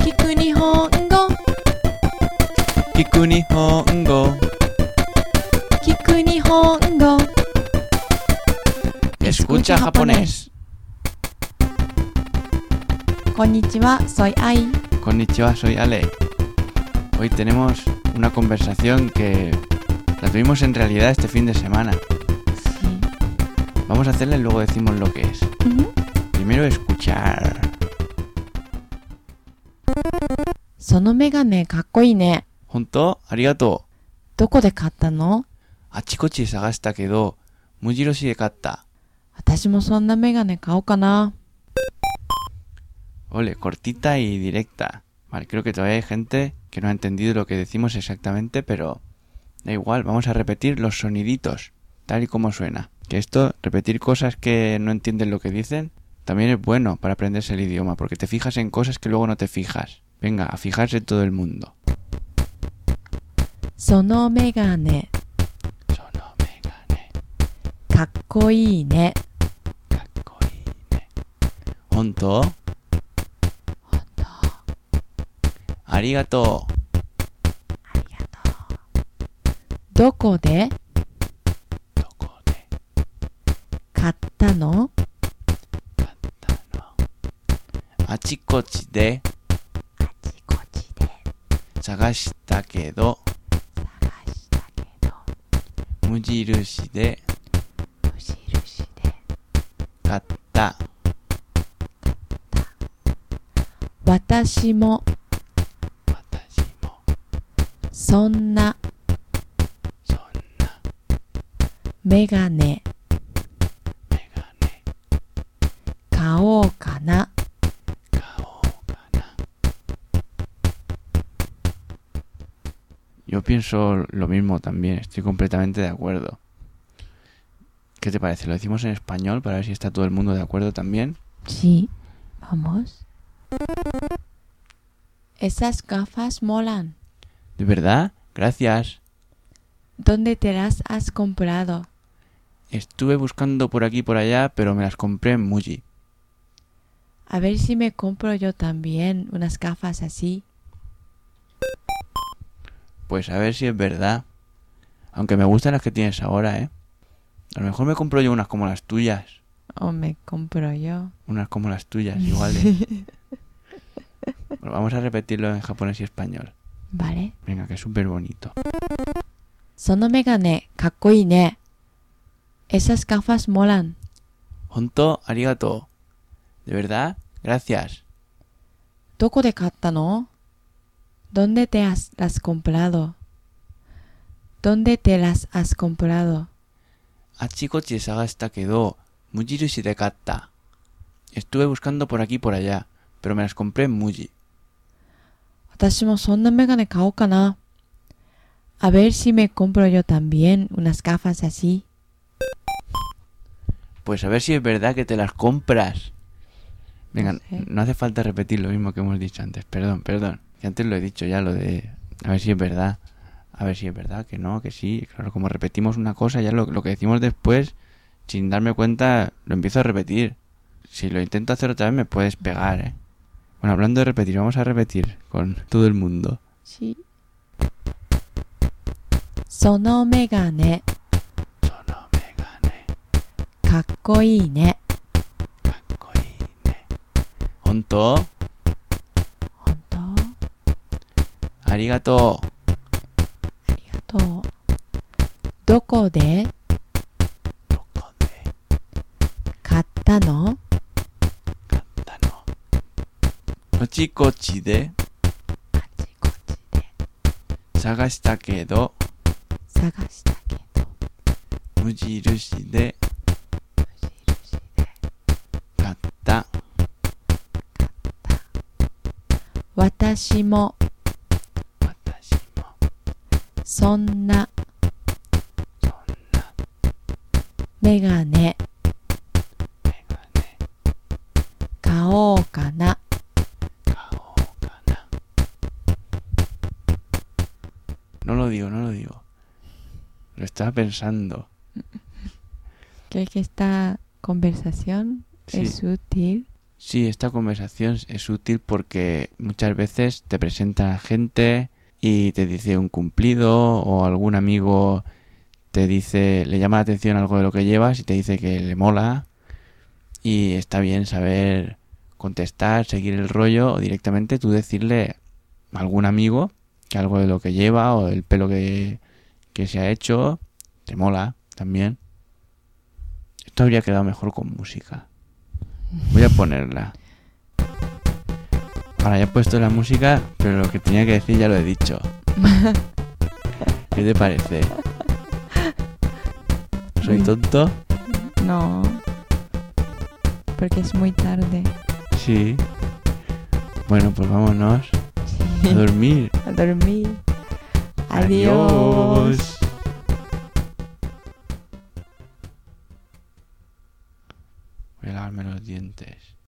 聞く日本語聞く日本語聞く日本語 Escucha japonés こんにちはソイアイ Konnichiwa, soy Ale Hoy tenemos una conversación que la tuvimos en realidad este fin de semana Vamos a hacerla y luego decimos lo que es Primero escuchar そのメガネかっこいいね Junto, arigato どこで買ったの Achikochi sagasta quedó Mujiroshi de katta 私もそんなメガネ買おうかな Ole, cortita y directa. Vale, creo que todavía hay gente que no ha entendido lo que decimos exactamente, pero da igual, vamos a repetir los soniditos, tal y como suena. Que esto, repetir cosas que no entienden lo que dicen, también es bueno para aprenderse el idioma, porque te fijas en cosas que luego no te fijas. Venga, a fijarse todo el mundo. そのメガネ Sono megane, かっこいいね kakkoiine. Honto. Arigato. ありがとうどこで Toko de 買ったの katano. Achikochi de あちこちで探したけど探したけど無印で無印で買った私も私もそんなそんなメガネメガネ買おうかな買おうかな Yo pienso lo mismo también, estoy completamente de acuerdo. ¿Qué te parece? ¿Lo decimos en español para ver si está todo el mundo de acuerdo también? Sí, vamos. Esas gafas molan. ¿De verdad? Gracias. ¿Dónde te las has comprado? Estuve buscando por aquí y por allá, pero me las compré en Muji. A ver si me compro yo también unas gafas así. Pues a ver si es verdad. Aunque me gustan las que tienes ahora, ¿eh? A lo mejor me compro yo unas como las tuyas. O me compro yo. Unas como las tuyas, iguales. Bueno, vamos a repetirlo en japonés y español. Vale. Venga, que es súper bonito. そのメガネ、かっこいいね。Esas gafas molan. Honto, arigato. ¿De verdad? Gracias. どこで買ったの ¿Dónde te has las comprado? ¿Dónde te las has comprado? Achikochi sagasta quedó. Mujirushi de katta. Estuve buscando por aquí y por allá, pero me las compré en Muji. 私もそんなメガネ買おうかな。A ver si me compro yo también unas gafas así. Pues a ver si es verdad que te las compras. Venga, No sé. no hace falta repetir lo mismo que hemos dicho antes. Perdón, perdón. Que antes lo he dicho ya, lo de a ver si es verdad. A ver si es verdad, que no, que sí. Claro, como repetimos una cosa, ya lo, lo que decimos después, sin darme cuenta, lo empiezo a repetir. Si lo intento hacer otra vez, me puedes pegar, ¿eh? Bueno, hablando de repetir, vamos a repetir con todo el mundo. そのメガネ、 Sono megane, かっこいいね。 kakkoiine. Honto, 本当あ arigato, りがとう。どこで toko de 買ったのだの。あちこちであちこちで探したけど、探したけど、無印で無印で。買った。私も私もそんなそんなメガネメガネ買おうかな。買おうかな。No lo digo, no lo digo. Lo estaba pensando. ¿Cree que esta conversación Sí, es útil? Sí, esta conversación es útil porque muchas veces te presenta gente y te dice un cumplido o algún amigo te dice, le llama la atención algo de lo que llevas y te dice que le mola y está bien saber contestar, seguir el rollo o directamente tú decirle a algún amigo que algo de lo que lleva o el pelo que, que se ha hecho te mola también. Esto habría quedado mejor con música. Voy a ponerla. Ahora ya he puesto la música, pero lo que tenía que decir ya lo he dicho. ¿Qué te parece? ¿Soy tonto? No. Porque es muy tarde. Sí. Bueno, pues vámonos a dormir. A dormir. Adiós. Voy a lavarme los dientes.